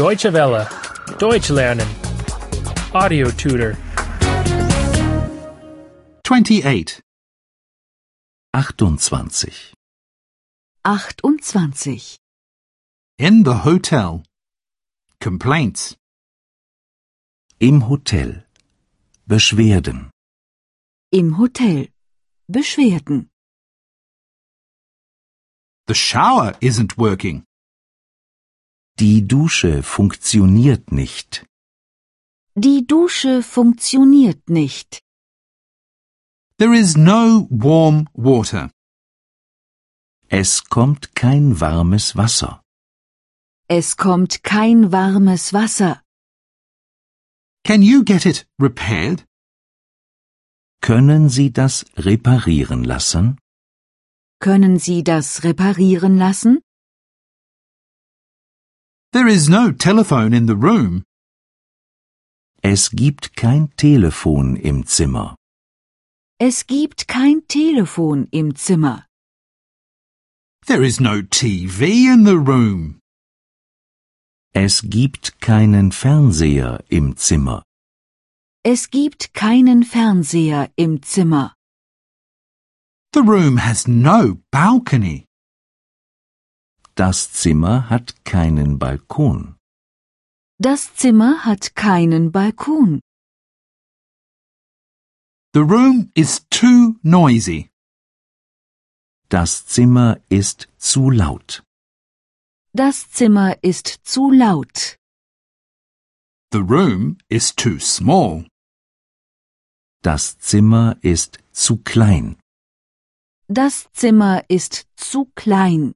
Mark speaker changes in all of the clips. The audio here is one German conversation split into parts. Speaker 1: Deutsche Welle. Deutsch lernen. Audio tutor.
Speaker 2: 28.
Speaker 3: 28.
Speaker 4: 28.
Speaker 2: In the hotel. Complaints.
Speaker 3: Im Hotel. Beschwerden.
Speaker 4: Im Hotel. Beschwerden.
Speaker 2: The shower isn't working.
Speaker 3: Die Dusche funktioniert nicht.
Speaker 4: Die Dusche funktioniert nicht.
Speaker 2: There is no warm water.
Speaker 3: Es kommt kein warmes Wasser.
Speaker 4: Es kommt kein warmes Wasser.
Speaker 2: Can you get it repaired?
Speaker 3: Können Sie das reparieren lassen?
Speaker 4: Können Sie das reparieren lassen?
Speaker 2: There is no telephone in the room.
Speaker 3: Es gibt kein Telefon im Zimmer.
Speaker 4: Es gibt kein Telefon im Zimmer.
Speaker 2: There is no TV in the room.
Speaker 3: Es gibt keinen Fernseher im Zimmer.
Speaker 4: Es gibt keinen Fernseher im Zimmer.
Speaker 2: The room has no balcony.
Speaker 3: Das Zimmer hat keinen Balkon.
Speaker 4: Das Zimmer hat keinen Balkon.
Speaker 2: The room is too noisy.
Speaker 3: Das Zimmer ist zu laut.
Speaker 4: Das Zimmer ist zu laut.
Speaker 2: The room is too small.
Speaker 3: Das Zimmer ist zu klein.
Speaker 4: Das Zimmer ist zu klein.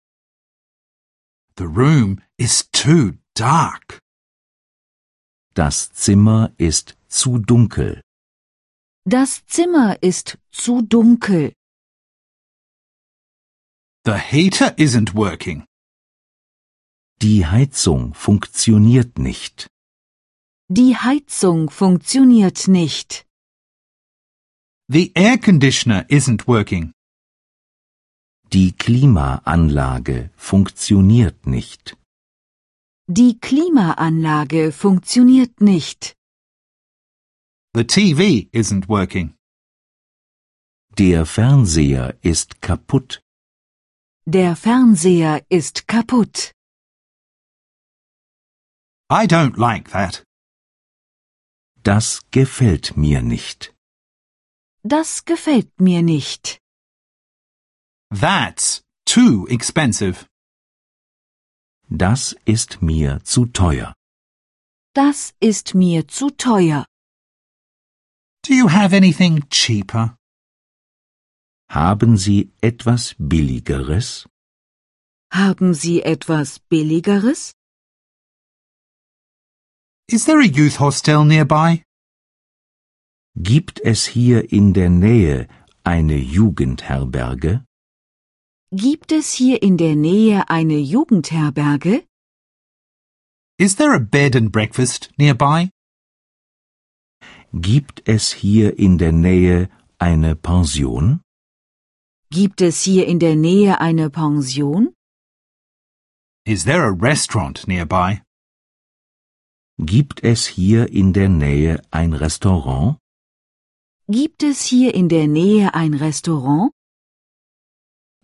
Speaker 2: The room is too dark.
Speaker 3: Das Zimmer ist zu dunkel.
Speaker 4: Das Zimmer ist zu dunkel.
Speaker 2: The heater isn't working.
Speaker 3: Die Heizung funktioniert nicht.
Speaker 4: Die Heizung funktioniert nicht.
Speaker 2: The air conditioner isn't working.
Speaker 3: Die Klimaanlage funktioniert nicht.
Speaker 4: Die Klimaanlage funktioniert nicht.
Speaker 2: The TV isn't working.
Speaker 3: Der Fernseher ist kaputt.
Speaker 4: Der Fernseher ist kaputt.
Speaker 2: I don't like that.
Speaker 3: Das gefällt mir nicht.
Speaker 4: Das gefällt mir nicht.
Speaker 2: That's too expensive.
Speaker 3: Das ist mir zu teuer.
Speaker 4: Das ist mir zu teuer.
Speaker 2: Do you have anything cheaper?
Speaker 3: Haben Sie etwas Billigeres?
Speaker 4: Haben Sie etwas Billigeres?
Speaker 2: Is there a youth hostel nearby?
Speaker 3: Gibt es hier in der Nähe eine Jugendherberge?
Speaker 4: Gibt es hier in der Nähe eine Jugendherberge?
Speaker 2: Is there a bed and breakfast nearby?
Speaker 3: Gibt es hier in der Nähe eine Pension?
Speaker 4: Gibt es hier in der Nähe eine Pension?
Speaker 2: Is there a restaurant nearby?
Speaker 3: Gibt es hier in der Nähe ein Restaurant?
Speaker 4: Gibt es hier in der Nähe ein Restaurant?